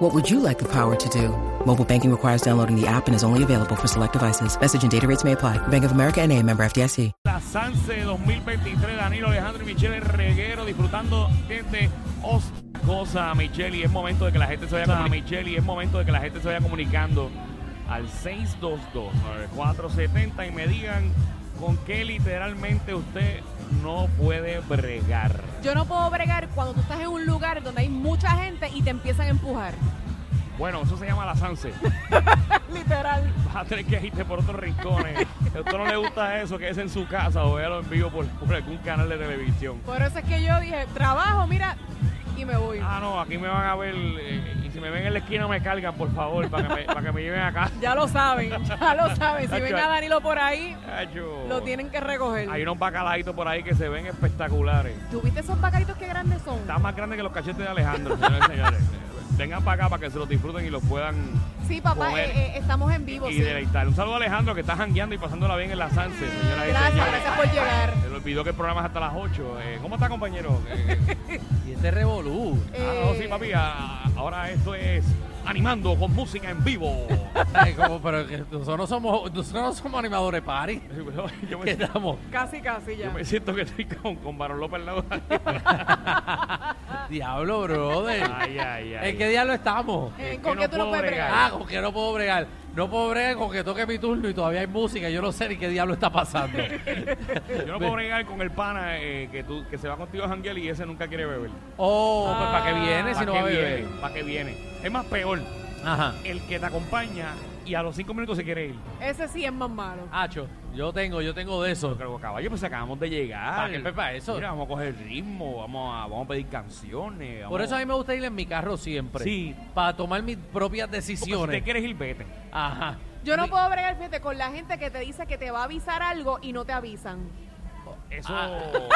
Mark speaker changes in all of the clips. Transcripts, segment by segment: Speaker 1: What would you like the power to do? Mobile banking requires downloading the app and is only available for select devices. Message and data rates may apply. Bank of America and a member FDIC.
Speaker 2: La Sanse 2023, Danilo Alejandro y Michelle el Reguero disfrutando desde Ostacosa, Michelle, y es momento de que la gente se vaya comunicando. Michelle, y es momento de que la gente se vaya comunicando al 622-9470 y me digan con qué literalmente usted no puede bregar.
Speaker 3: Yo no puedo bregar cuando tú estás en un lugar donde hay mucha gente y te empiezan a empujar.
Speaker 2: Bueno, eso se llama la Sanse.
Speaker 3: Literal.
Speaker 2: Vas a tener que irte por otros rincones. Si a usted no le gusta eso, que es en su casa o véalo en vivo por, por algún canal de televisión.
Speaker 3: Por eso es que yo dije, trabajo, mira, y me voy.
Speaker 2: Ah, no, aquí me van a ver. eh, y si me ven en la esquina, me cargan, por favor, para que me, para que me lleven acá.
Speaker 3: Ya lo saben, ya lo saben. Si
Speaker 2: Nacho,
Speaker 3: ven a Danilo por ahí,
Speaker 2: Chacho.
Speaker 3: lo tienen que recoger.
Speaker 2: Hay unos bacalaitos por ahí que se ven espectaculares.
Speaker 3: ¿Tú viste esos bacalitos qué grandes son?
Speaker 2: Están más grandes que los cachetes de Alejandro, señores y señores. Vengan para acá para que se los disfruten y los puedan
Speaker 3: Sí, papá,
Speaker 2: comer
Speaker 3: eh, eh, estamos en vivo,
Speaker 2: y
Speaker 3: sí.
Speaker 2: deleitar. Un saludo a Alejandro que está jangueando y pasándola bien en la Sanse, señoras y
Speaker 3: Gracias,
Speaker 2: señores.
Speaker 3: gracias por llegar.
Speaker 2: Se le olvidó que el programa es hasta las 8. Eh, ¿Cómo está, compañero? Eh,
Speaker 4: Y este revolú.
Speaker 2: ah, no,
Speaker 3: Eh,
Speaker 2: sí, papi. ah, ahora esto es Animando con música en vivo.
Speaker 4: Ay, como, pero que nosotros no somos, nosotros no somos animadores party.
Speaker 2: Yo me
Speaker 4: ¿Qué estamos?
Speaker 3: Casi, casi ya.
Speaker 2: Yo me siento que estoy con, con Barón López al lado.
Speaker 4: Diablo, brother.
Speaker 2: Ay, ay, ay.
Speaker 4: ¿En qué diablo estamos?
Speaker 3: Eh,
Speaker 2: es que
Speaker 3: ¿Con qué
Speaker 2: no
Speaker 3: tú no
Speaker 2: puedo
Speaker 3: puedes
Speaker 2: bregar.
Speaker 3: bregar?
Speaker 4: Ah, con que no puedo bregar. No puedo bregar con que toque mi turno y todavía hay música. Yo no sé ni qué diablo está pasando.
Speaker 2: Yo no puedo bregar con el pana eh, que, tú, que se va contigo a janguear y ese nunca quiere beber.
Speaker 4: Oh, pues ¿para qué viene
Speaker 2: ¿Para
Speaker 4: si no
Speaker 2: Ah, qué
Speaker 4: va a beber?
Speaker 2: viene? ¿Para qué viene? Es más peor,
Speaker 4: Ajá.
Speaker 2: el que te acompaña y a los cinco minutos se quiere ir.
Speaker 3: Ese sí es más malo.
Speaker 2: Ah.
Speaker 4: Hacho, yo tengo, yo tengo de eso.
Speaker 2: Pero caballo, pues acabamos de llegar.
Speaker 4: ¿Para qué pepa eso?
Speaker 2: Mira, vamos a coger ritmo, vamos a, vamos a pedir canciones. vamos-
Speaker 4: Por eso a mí me gusta ir en mi carro siempre.
Speaker 2: Sí.
Speaker 4: Para tomar mis propias
Speaker 2: Porque Si te
Speaker 4: decisiones.
Speaker 2: quieres ir, vete.
Speaker 4: Ajá.
Speaker 3: Yo no puedo bregar, fíjate, con la gente que te dice que te va a avisar algo y no te avisan.
Speaker 2: Eso.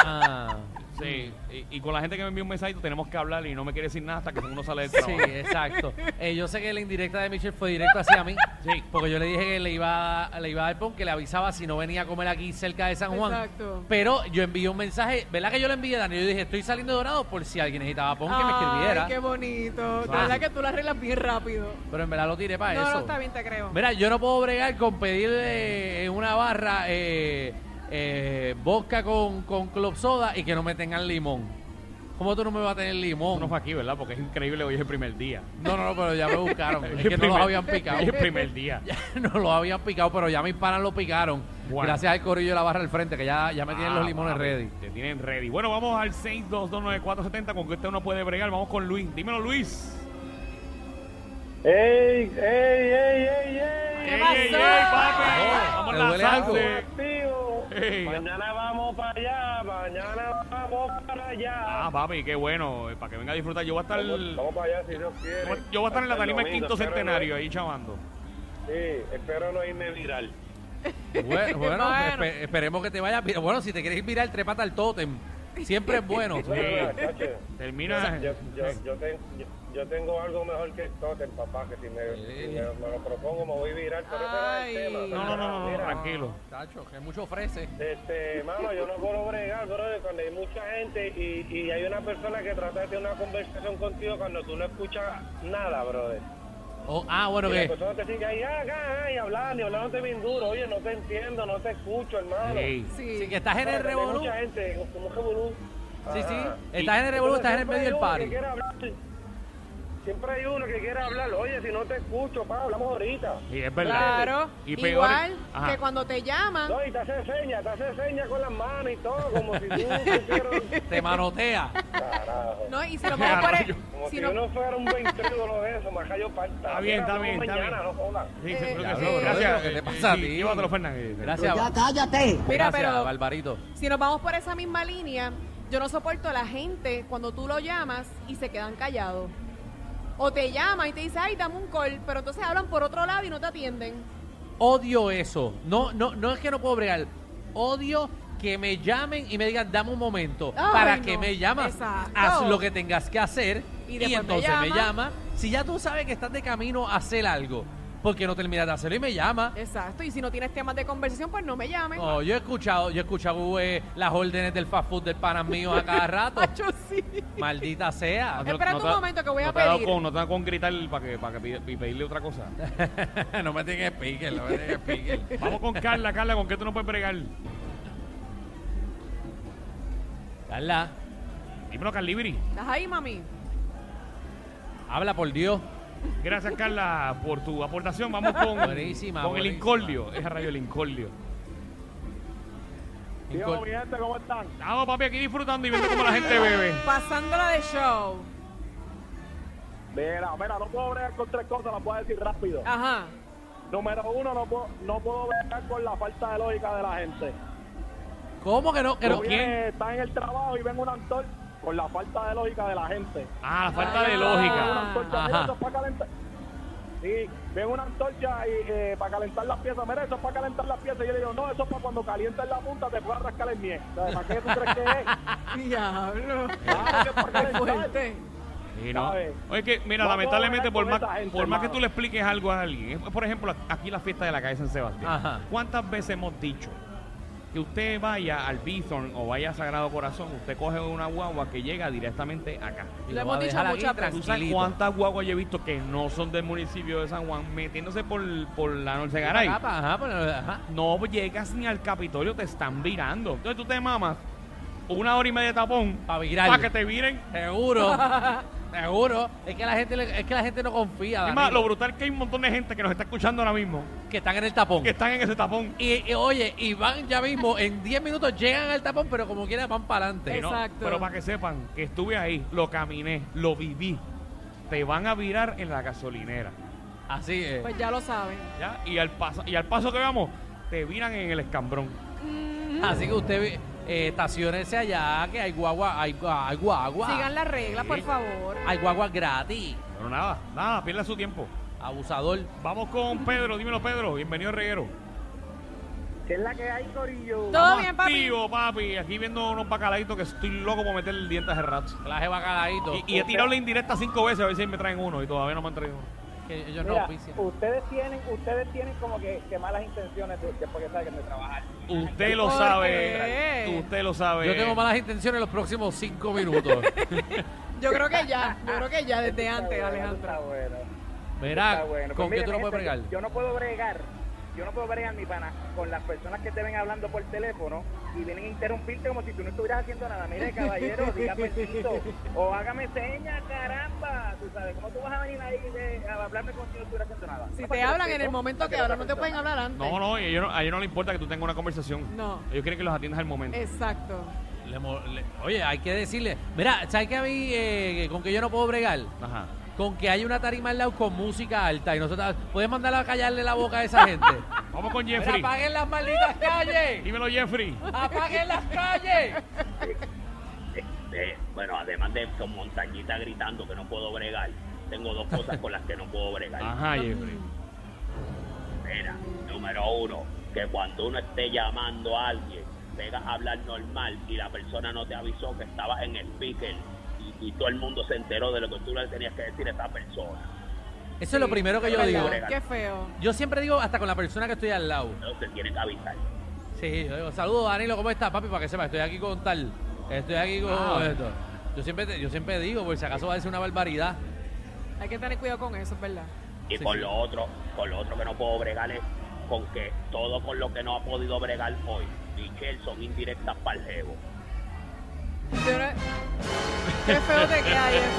Speaker 4: Ah.
Speaker 2: Sí, y, y con la gente que me envía un mensajito tenemos que hablar y no me quiere decir nada hasta que uno sale del trabajo.
Speaker 4: Sí, exacto. Eh, yo sé que la indirecta de Michelle fue directa hacia mí.
Speaker 2: Sí.
Speaker 4: Porque yo le dije que le iba, le iba a dar pon, que le avisaba si no venía a comer aquí cerca de San Juan.
Speaker 3: Exacto.
Speaker 4: Pero yo envié un mensaje, ¿verdad que yo le envié, Dani? Yo dije, estoy saliendo dorado por si alguien necesitaba pon que me escribiera.
Speaker 3: Ay, qué bonito. De
Speaker 2: Ah.
Speaker 3: verdad que tú lo arreglas bien rápido.
Speaker 4: Pero en verdad lo tiré para
Speaker 3: No,
Speaker 4: Ah, eso.
Speaker 3: no, está bien, te creo.
Speaker 4: Mira, yo no puedo bregar con pedirle en una barra eh, eh, vodka con, con club soda y que no me tengan limón. ¿Cómo tú no me vas a tener limón?
Speaker 2: Uno fue aquí, ¿verdad? Porque es increíble, hoy es el primer día.
Speaker 4: No, no, no, pero ya me buscaron.
Speaker 2: Hoy
Speaker 4: es que no
Speaker 2: primer-
Speaker 4: los habían picado.
Speaker 2: hoy es el primer día.
Speaker 4: Ya no lo habían picado, pero ya mis panas lo picaron.
Speaker 2: Bueno.
Speaker 4: Gracias al corillo de la barra del frente, que ya, ya me tienen
Speaker 2: Ah,
Speaker 4: los limones
Speaker 2: papi,
Speaker 4: ready.
Speaker 2: Te tienen ready. Bueno, vamos al 6229470 con que usted no puede bregar. Vamos con Luis. Dímelo, Luis.
Speaker 5: ¡Ey, ey, ey, ey, ey!
Speaker 2: ¡Ey,
Speaker 3: pasó?
Speaker 2: ey, ey, papi!
Speaker 4: Oh,
Speaker 2: vamos
Speaker 4: ¿te
Speaker 2: a
Speaker 4: duele
Speaker 2: lanzarse.
Speaker 4: algo?
Speaker 5: Tío,
Speaker 2: Ey.
Speaker 5: Mañana vamos para allá, mañana vamos para allá.
Speaker 2: Ah, papi, qué bueno. eh, Para que venga a disfrutar. Yo voy a estar,
Speaker 5: vamos,
Speaker 2: yo
Speaker 5: vamos para allá si Dios quiere.
Speaker 2: voy a estar en la
Speaker 5: Hasta el
Speaker 2: tarima del
Speaker 5: domingo,
Speaker 2: quinto
Speaker 5: espero no-
Speaker 2: centenario ahí chavando.
Speaker 5: sí, espero no irme viral.
Speaker 4: Bueno, bueno,
Speaker 3: Bueno.
Speaker 4: espe- esperemos que te vayas. bien. Bueno, si te quieres mirar, trépate al tótem. Siempre es bueno.
Speaker 2: Sí.
Speaker 5: Chacho,
Speaker 2: Termina.
Speaker 5: Yo, yo, yo, ten- yo, yo tengo algo mejor que el tótem, papá, que si me, si me, me lo propongo me voy viral, pero ese no es el
Speaker 3: Ay.
Speaker 5: tema.
Speaker 2: No, no, no, no, no,
Speaker 5: Mira,
Speaker 2: tranquilo.
Speaker 4: Tacho, que mucho ofrece.
Speaker 5: Este, mano, yo no puedo bregar, brother, cuando hay mucha gente y, y hay una persona que trata de tener una conversación contigo cuando tú no escuchas nada, brother.
Speaker 4: Oh, ah, bueno,
Speaker 5: Y la
Speaker 4: que.
Speaker 5: persona te sigue ahí, ah, acá, ah, y hablando, y hablándote bien duro, oye, no te entiendo, no te escucho, hermano.
Speaker 2: Ey.
Speaker 3: Sí.
Speaker 4: Sí, que estás en
Speaker 5: Brother,
Speaker 4: el revolú.
Speaker 5: Hay mucha gente, como revolú.
Speaker 4: Sí, sí.
Speaker 5: Ajá.
Speaker 4: Estás en el revolú, estás en el
Speaker 5: Siempre
Speaker 4: medio
Speaker 5: hay
Speaker 4: del
Speaker 5: uno que
Speaker 4: party.
Speaker 5: quiere hablar. Siempre hay uno que quiere hablar, oye, si no te escucho, pa, hablamos ahorita.
Speaker 2: Y es verdad.
Speaker 3: Claro,
Speaker 2: Y peor-
Speaker 3: igual
Speaker 2: Ajá.
Speaker 3: que cuando te llaman,
Speaker 5: No, y te hace señas, te hace señas con las manos y todo, como si tú supieras-
Speaker 4: Te manotea.
Speaker 5: Carajo.
Speaker 3: no, y si lo vamos por el-
Speaker 5: Como si,
Speaker 3: si
Speaker 5: yo
Speaker 3: no-
Speaker 5: no fuera un ventrículo de eso, me callo palta.
Speaker 2: Está bien, está bien, está bien.
Speaker 5: mañana, no jodas.
Speaker 2: Sí, seguro que
Speaker 3: Eh,
Speaker 2: sí.
Speaker 3: eh,
Speaker 2: Gracias.
Speaker 4: ¿qué te pasa a
Speaker 2: eh,
Speaker 4: ti?
Speaker 2: sí, Llévatelo, Fernández.
Speaker 4: Gracias.
Speaker 6: Ya cállate.
Speaker 3: Mira,
Speaker 4: Gracias,
Speaker 3: pero-
Speaker 4: Barbarito.
Speaker 3: si nos vamos por esa misma línea, yo no soporto a la gente cuando tú lo llamas y se quedan callados. O te llaman y te dicen, ay, dame un call, pero entonces hablan por otro lado y no te atienden.
Speaker 4: Odio eso. No, no, no es que no puedo bregar. Odio que me llamen y me digan, dame un momento.
Speaker 3: Ay,
Speaker 4: ¿Para
Speaker 3: no.
Speaker 4: que me llamas?
Speaker 3: Ah, Exacto.
Speaker 4: Haz lo que tengas que hacer
Speaker 3: Y
Speaker 4: y,
Speaker 3: después me
Speaker 4: entonces me
Speaker 3: llama.
Speaker 4: llama. Si ya tú sabes que estás de camino a hacer algo, porque no terminas de hacerlo y me llama.
Speaker 3: Exacto, y si no tienes temas de conversación, pues no me llamen.
Speaker 4: Oh, yo he escuchado, yo he escuchado eh, las órdenes del fast food del pana mío a cada rato.
Speaker 3: Macho, sí.
Speaker 4: oh. Maldita sea.
Speaker 2: Ah, No te-
Speaker 3: Espérate
Speaker 2: no
Speaker 3: un
Speaker 2: te-
Speaker 3: momento que voy a
Speaker 2: no te ha dado
Speaker 3: pedir.
Speaker 2: con- no te ha dado con gritar para que, para que pide- y pedirle otra cosa.
Speaker 4: no me tienes pique, no me tienes pique.
Speaker 2: Vamos con Carla, Carla, ¿con qué tú no puedes bregar?
Speaker 4: Carla,
Speaker 2: Dímelo, Carlibri.
Speaker 3: ¿Estás ahí, mami?
Speaker 4: habla por Dios.
Speaker 2: Gracias, Carla, por tu aportación. Vamos con,
Speaker 4: Buenísima,
Speaker 2: con el
Speaker 4: buenísima.
Speaker 2: incordio. Es rayo el incordio.
Speaker 5: Digo, mi gente, ¿cómo están?
Speaker 2: Vamos, papi, aquí disfrutando y viendo cómo la gente bebe.
Speaker 3: Pasándola de show.
Speaker 5: Mira, mira, no puedo bregar con tres cosas, las puedo decir rápido.
Speaker 3: Ajá.
Speaker 5: Número uno, no puedo, no puedo bregar con la falta de lógica de la gente.
Speaker 4: ¿Cómo que no? Que no-
Speaker 5: Tú vienes, Estás en el trabajo y ven un antor con la falta de lógica de la gente.
Speaker 2: Ah, falta
Speaker 3: Ah.
Speaker 2: de
Speaker 5: una
Speaker 2: lógica.
Speaker 5: antorcha,
Speaker 4: Ajá.
Speaker 5: mira, eso es para calentar. Sí, ven una antorcha y, eh, para calentar las piezas. Mira, eso es para calentar las piezas. Y yo le digo, no, eso es para cuando calientes la punta te puedas rascar el nie. O sea, ¿Para qué tú crees que es?
Speaker 3: Diablo.
Speaker 5: Claro que es para
Speaker 3: Qué
Speaker 5: calentar.
Speaker 3: fuerte.
Speaker 2: Sí, ¿no?
Speaker 5: ¿Sabes?
Speaker 2: Oye, que mira,
Speaker 5: No
Speaker 2: lamentablemente, por
Speaker 5: puedo bregar
Speaker 2: más,
Speaker 5: con esa gente,
Speaker 2: por más que
Speaker 5: hermano.
Speaker 2: tú le expliques algo a alguien, eh, por ejemplo, aquí la fiesta de la calle San Sebastián.
Speaker 4: Ajá.
Speaker 2: ¿Cuántas veces hemos dicho que usted vaya al Bithorn o vaya a Sagrado Corazón, usted coge una guagua que llega directamente acá?
Speaker 4: Y
Speaker 3: Lo
Speaker 4: va
Speaker 3: hemos
Speaker 4: a
Speaker 3: dicho
Speaker 4: dejar
Speaker 3: muchas
Speaker 4: aquí
Speaker 3: veces.
Speaker 2: ¿Tú sabes
Speaker 4: tranquilito.
Speaker 2: cuántas guaguas yo he visto que no son del municipio de San Juan metiéndose por, por la Norsegaray?
Speaker 4: Ajá, pa- ajá, pero- ajá.
Speaker 2: No llegas ni al Capitolio, te están virando. Entonces tú te mamas una hora y media de tapón
Speaker 4: Pa' virar.
Speaker 2: para que te viren.
Speaker 4: Seguro. Seguro. Es que la gente le- es que la gente no confía.
Speaker 2: Es más,
Speaker 4: Danilo,
Speaker 2: lo brutal es que hay un montón de gente que nos está escuchando ahora mismo,
Speaker 4: que están en el tapón.
Speaker 2: que están en ese tapón.
Speaker 4: Y, y, oye, y van ya mismo, en 10 minutos llegan al tapón, pero como quiera van para adelante.
Speaker 2: Que no,
Speaker 3: Exacto.
Speaker 2: Pero para que sepan que estuve ahí, lo caminé, lo viví. Te van a virar en la gasolinera.
Speaker 4: Así es.
Speaker 3: Pues ya lo saben.
Speaker 2: ¿ya? Y, al paso, y al paso que vamos, te viran en el escambrón.
Speaker 4: Así que usted eh, estaciónese allá, que hay guagua, hay, gua- hay guagua.
Speaker 3: Sigan las reglas, por
Speaker 2: Sí.
Speaker 3: favor.
Speaker 4: Hay guagua gratis.
Speaker 2: Pero nada, nada, pierda su tiempo.
Speaker 4: Abusador.
Speaker 2: Vamos con Pedro, dímelo Pedro, bienvenido al reguero.
Speaker 5: ¿Qué es la que hay, Corillo?
Speaker 3: Todo
Speaker 2: Vamos
Speaker 3: bien, papi.
Speaker 2: activo, papi. Aquí viendo unos bacalaitos que estoy loco por meter el diente hace rato.
Speaker 4: Claje bacalaíto.
Speaker 2: Y, y he tirado la indirecta cinco veces a ver si me traen uno y todavía no me han traído uno.
Speaker 4: Que ellos no
Speaker 5: Mira,
Speaker 4: ofician.
Speaker 5: ustedes tienen, ustedes tienen como que, que malas intenciones de, de- porque saben que de trabajar.
Speaker 2: Usted lo
Speaker 3: ¿Por
Speaker 2: sabe.
Speaker 3: qué?
Speaker 2: Usted lo sabe.
Speaker 4: Yo tengo malas intenciones en los próximos 5 minutos.
Speaker 3: Yo creo que ya, yo creo que ya desde
Speaker 5: Está
Speaker 3: antes,
Speaker 5: bueno,
Speaker 3: Alejandra.
Speaker 5: Está bueno.
Speaker 4: Verá,
Speaker 3: Ah,
Speaker 5: está bueno. Pues
Speaker 4: ¿con qué
Speaker 5: mire,
Speaker 4: tú no
Speaker 5: mi
Speaker 4: puedes
Speaker 5: gente,
Speaker 4: bregar?
Speaker 5: Yo, yo no puedo bregar, yo no puedo bregar, mi pana, con las personas que te ven hablando por teléfono y vienen a interrumpirte como si tú no estuvieras haciendo nada. Mire, caballero, dígame besito o hágame señas, caramba. Tú sabes, ¿cómo tú vas a venir ahí de- a hablarme como si no estuvieras haciendo nada?
Speaker 3: Si
Speaker 5: Falta
Speaker 3: te
Speaker 5: de
Speaker 3: hablan en
Speaker 5: respeto
Speaker 3: el momento que
Speaker 5: hacia la
Speaker 3: ahora no te
Speaker 5: persona.
Speaker 3: pueden hablar antes.
Speaker 2: No, no, y a ellos no, a ellos no les importa que tú tengas una conversación.
Speaker 3: No.
Speaker 2: Ellos quieren que los atiendas al
Speaker 3: Eh.
Speaker 2: momento.
Speaker 3: Exacto.
Speaker 4: Le mo- le- oye, hay que decirle. Mira, ¿sabes qué a mí, eh, con que yo no puedo bregar?
Speaker 2: Ajá.
Speaker 4: Con que hay una tarima al lado con música alta y nosotros. ¿Puedes mandarla a callarle la boca a esa gente?
Speaker 2: Vamos con
Speaker 4: Mira,
Speaker 2: Jeffrey.
Speaker 4: apaguen las malditas calles.
Speaker 2: Dímelo, Jeffrey.
Speaker 4: Apaguen las calles.
Speaker 6: Eh, bueno, además de con montañita gritando que no puedo bregar, tengo dos cosas con las que no puedo bregar.
Speaker 2: Ajá, Jeffrey.
Speaker 6: Mira, número uno, que cuando uno esté llamando a alguien, venga a hablar normal y la persona no te avisó que estabas en el speaker y, y todo el mundo se enteró de lo que tú le tenías que decir a esa persona.
Speaker 4: Eso es lo primero que yo
Speaker 3: ¿Verdad?
Speaker 4: digo.
Speaker 3: Qué feo.
Speaker 4: Yo siempre digo hasta con la persona que estoy al lado.
Speaker 6: Entonces tiene que avisar.
Speaker 4: Sí, yo digo, saludos Danilo, ¿cómo estás, papi? Para que sepa, estoy aquí con tal. Estoy aquí con
Speaker 2: Ah.
Speaker 4: esto. Yo siempre, te- yo siempre digo, por si acaso va a decir una barbaridad.
Speaker 3: Hay que tener cuidado con eso, es verdad.
Speaker 6: Y
Speaker 4: Sí,
Speaker 6: con
Speaker 4: sí.
Speaker 6: lo otro, con lo otro que no puedo bregar es con que todo con lo que no ha podido bregar hoy, Michelle son indirectas para el jevo.
Speaker 3: Yo no- Qué feo te queda, Jeffrey.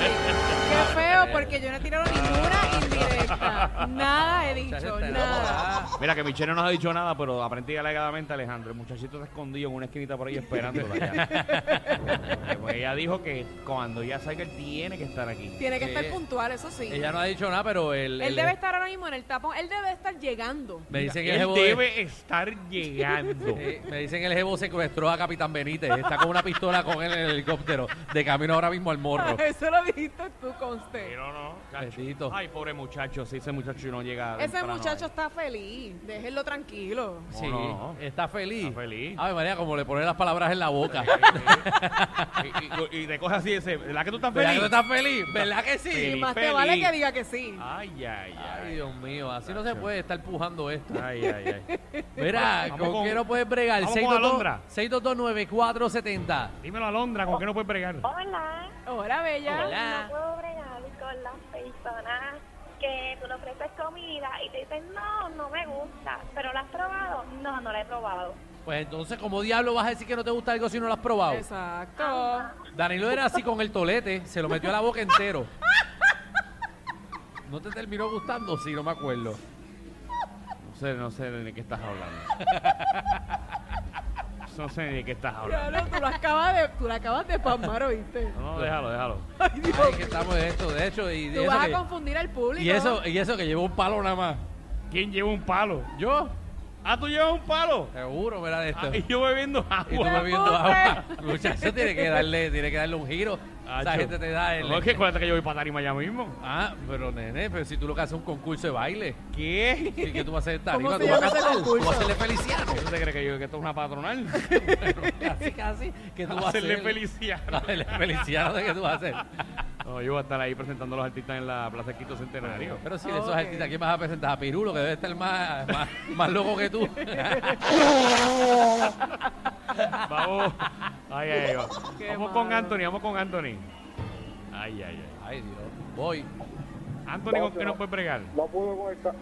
Speaker 3: Qué feo, porque yo no he tirado ninguna indirecta. Nada he
Speaker 4: Muchacha,
Speaker 3: dicho,
Speaker 4: está
Speaker 3: nada.
Speaker 4: enamorada.
Speaker 2: Mira, que Michelle no nos ha dicho nada, pero aprendí alegadamente, Alejandro. El muchachito está escondido en una esquinita por ahí esperándola. ya. Pues ella dijo que cuando ya salga, él tiene que estar aquí.
Speaker 3: Tiene que
Speaker 4: Sí.
Speaker 3: estar puntual, eso sí.
Speaker 4: Ella no ha dicho nada, pero
Speaker 3: Él
Speaker 4: él... él-
Speaker 3: debe estar ahora mismo en el tapón. Él debe estar llegando.
Speaker 4: Me dicen que el
Speaker 2: él
Speaker 4: jevo de-
Speaker 2: debe estar llegando.
Speaker 4: eh, me dicen que el jevo secuestró a Capitán Benítez. Está con una pistola con él en el helicóptero. De camino ahora mismo al morro.
Speaker 3: Eso lo dijiste tú, conste.
Speaker 2: Pero Eh, no, cacho.
Speaker 4: Bendito.
Speaker 2: Ay, pobre muchacho, si ese muchacho no llega.
Speaker 3: Ese
Speaker 2: temprano
Speaker 3: muchacho
Speaker 2: ahí.
Speaker 3: está feliz, déjenlo tranquilo.
Speaker 4: Sí,
Speaker 2: No, no.
Speaker 4: está feliz.
Speaker 2: Está feliz.
Speaker 4: Ay, María, como le pone las palabras en la boca.
Speaker 2: Y, y- y te coge así ese. ¿Verdad que tú estás
Speaker 4: ¿Verdad
Speaker 2: feliz?
Speaker 4: que tú estás feliz? ¿Verdad que sí?
Speaker 3: Y
Speaker 2: Feliz,
Speaker 3: más te
Speaker 2: feliz.
Speaker 3: vale que diga que sí.
Speaker 2: Ay, ay,
Speaker 4: Ay,
Speaker 2: ay.
Speaker 4: Dios mío, así no se puede estar pujando esto.
Speaker 2: Ay, ay, ay.
Speaker 4: Mira,
Speaker 2: Vamos
Speaker 4: ¿con,
Speaker 2: con-
Speaker 4: qué no puedes bregar?
Speaker 2: vamos con
Speaker 4: 622-
Speaker 2: Alondra.
Speaker 4: 6229470.
Speaker 2: Dímelo, Alondra, ¿con qué no puedes bregar?
Speaker 7: Hola,
Speaker 3: Hola, bella.
Speaker 7: no puedo bregar con las personas que tú le ofreces comida y te dicen, no, no me gusta, pero la has probado. No, no la he probado.
Speaker 4: Pues entonces, ¿cómo diablo vas a decir que no te gusta algo si no lo has probado?
Speaker 3: Exacto.
Speaker 4: Danilo era así con el tolete, se lo metió a la boca entero. ¿No te terminó gustando? Sí, no me acuerdo.
Speaker 2: No sé, no sé de qué estás hablando. No sé de qué estás hablando.
Speaker 3: Claro, tú lo acabas de, tú lo acabas de palmar, ¿oíste?
Speaker 2: No, déjalo, déjalo.
Speaker 4: Ay, que estamos de esto, de hecho. Y, y
Speaker 3: Tú
Speaker 4: eso
Speaker 3: vas a
Speaker 4: que-
Speaker 3: confundir al público.
Speaker 4: y eso, y eso que llevo un palo nada más.
Speaker 2: ¿Quién lleva un palo?
Speaker 4: ¿Yo?
Speaker 2: Ah, tú llevas un palo.
Speaker 4: Seguro, mira de esto.
Speaker 2: Ah, y yo bebiendo
Speaker 4: Y tú
Speaker 2: agua.
Speaker 3: ¡Me
Speaker 4: bebiendo
Speaker 3: puse!
Speaker 4: agua. Muchacho, tiene que darle, tiene que darle un giro.
Speaker 2: Ah,
Speaker 4: Esa
Speaker 2: yo-
Speaker 4: gente te da el.
Speaker 2: No, es que acuérdate que yo voy para Tarima ya mismo.
Speaker 4: Ah, pero nene, pero si tú lo que haces es un concurso de baile.
Speaker 2: ¿Qué?
Speaker 4: ¿Y que tú vas a hacer
Speaker 3: ¿Cómo
Speaker 4: tarima?
Speaker 3: se
Speaker 4: ¿Tú vas a
Speaker 3: llama ese
Speaker 4: cantar? ¿Tú vas a
Speaker 3: concurso?
Speaker 4: hacerle Feliciano?
Speaker 2: ¿Tú te crees que yo que esto es una patronal?
Speaker 4: Casi, casi. ¿Qué tú vas a hacer?
Speaker 2: Hacerle Feliciano.
Speaker 4: Hacerle Feliciano, ¿qué tú vas a hacer?
Speaker 2: No, yo voy a estar ahí presentando a los artistas en la Plaza Quito Centenario.
Speaker 4: Pero si
Speaker 3: Ah,
Speaker 4: de esos
Speaker 3: ok.
Speaker 4: artistas, ¿quién vas a presentar? A Pirulo, que debe estar más, más, más loco que tú.
Speaker 2: Vamos. Ay, ay, ay. va.
Speaker 3: Qué
Speaker 2: Vamos con
Speaker 3: malo.
Speaker 2: Anthony, vamos con Anthony. Ay, ay, ay.
Speaker 4: Ay, Dios. Voy.
Speaker 2: Anthony, ¿con qué no puedes bregar?
Speaker 5: No pudo con el, ca-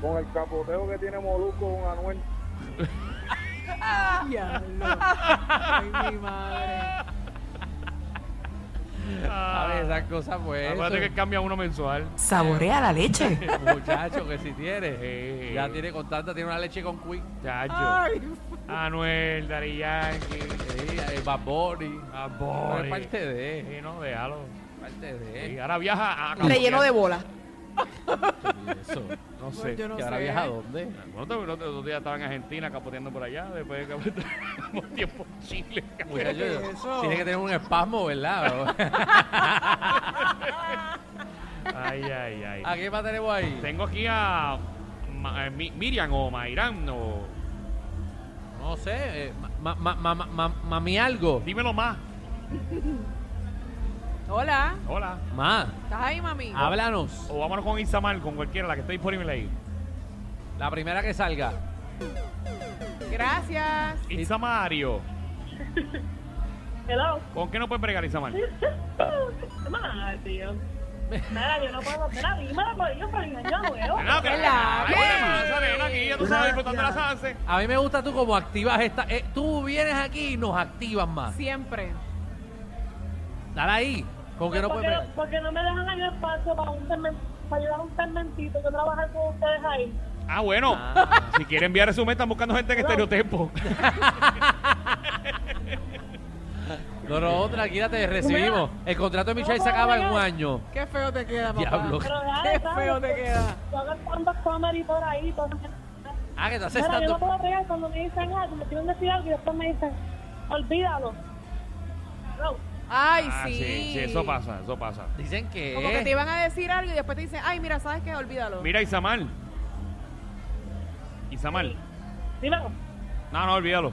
Speaker 5: con el capoteo que tiene Molusco con Anuel.
Speaker 3: Diablo. Ay, mi madre.
Speaker 4: A ver,
Speaker 2: Ah,
Speaker 4: esas cosas, pues.
Speaker 2: acuérdate que cambia uno mensual.
Speaker 1: Saborea la leche.
Speaker 4: Muchacho, que si tienes.
Speaker 2: Sí.
Speaker 4: Ya tiene con tanta, tiene una leche con quick.
Speaker 2: Chacho.
Speaker 3: Ay,
Speaker 2: Anuel, Dari Yankee.
Speaker 4: Sí, el Bad Bunny.
Speaker 2: A
Speaker 4: No
Speaker 2: Boris.
Speaker 4: es parte de,
Speaker 2: Sí, no, déjalo.
Speaker 4: parte de.
Speaker 2: Sí, ahora viaja a
Speaker 3: relleno de
Speaker 2: Campeón.
Speaker 3: bola.
Speaker 4: Eso.
Speaker 2: No sé.
Speaker 3: Pues yo no
Speaker 4: ¿Que ahora
Speaker 3: sé.
Speaker 4: viaja a dónde?
Speaker 2: Bueno, te- los otros días estaba en Argentina capoteando por allá, después de capoteamos tiempo en Chile.
Speaker 4: Muchacho,
Speaker 3: ¿Qué es eso?
Speaker 4: tiene que tener un espasmo, ¿verdad?
Speaker 2: Ay, ay, ay.
Speaker 4: ¿A qué más tenemos ahí?
Speaker 2: Tengo aquí a Ma- eh, Mi- Miriam o Mayrán o...
Speaker 4: No sé, eh, ma- ma- ma- ma- ma- mami algo.
Speaker 2: Dímelo más.
Speaker 3: Hola.
Speaker 2: Hola.
Speaker 4: Ma,
Speaker 3: ¿Estás ahí, mami?
Speaker 4: háblanos.
Speaker 2: O vámonos con Isamar, con cualquiera, la que esté disponible ahí.
Speaker 4: La primera que salga.
Speaker 3: Gracias.
Speaker 2: Isamario.
Speaker 7: Hello.
Speaker 2: ¿Con qué no puedes bregar, Isamar?
Speaker 7: Madre, tío. Mira, yo no puedo. Mira, dímelo por ellos por engañar, huevo.
Speaker 2: No, que-
Speaker 3: Oh, Hola.
Speaker 2: Ay, ¿qué pasa, nena? Aquí ya tú sabes, disfrutando la salsa.
Speaker 4: A mí me gusta tú como activas esta. eh, tú vienes aquí y nos activas más.
Speaker 3: Siempre.
Speaker 4: Dale ahí. Con que no
Speaker 7: ¿Por
Speaker 4: puedes
Speaker 7: qué
Speaker 4: bregar.
Speaker 7: por qué no me dejan ahí espacio para, un segmen- para ayudar a un segmentito que trabajar con ustedes ahí?
Speaker 2: Ah, bueno. Si quiere enviar resumen, están buscando gente en estereotipo.
Speaker 4: No, no, tranquila, te recibimos. El contrato de Michelle se acaba en un año.
Speaker 3: Qué feo te queda, papá.
Speaker 4: Diablo.
Speaker 7: Pero dale,
Speaker 3: Qué
Speaker 7: dale,
Speaker 3: feo te queda.
Speaker 7: Yo hago tantos comedy por ahí. todo el mundo.
Speaker 4: Ah, que te haces
Speaker 7: Mira, yo no
Speaker 4: tanto.
Speaker 7: puedo bregar cuando me dicen algo, me quieren decir algo y después me dicen, olvídalo. No.
Speaker 3: Ay,
Speaker 2: Ah,
Speaker 3: sí.
Speaker 2: sí, sí, eso pasa, eso pasa.
Speaker 4: Dicen
Speaker 3: Como que te
Speaker 4: que.
Speaker 3: iban a decir algo y después te dicen, ay, mira, ¿sabes qué? Olvídalo.
Speaker 2: Mira, Isamar. Isamar.
Speaker 7: Dímelo.
Speaker 2: No, no, olvídalo.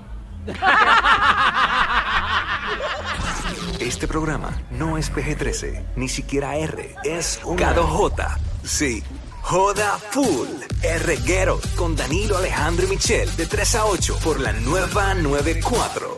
Speaker 8: Este programa no es PG-13, ni siquiera R, es K2J. Sí, Joda Full. R Guerrero con Danilo Alejandro y Michel de 3 a 8 por la nueva 94.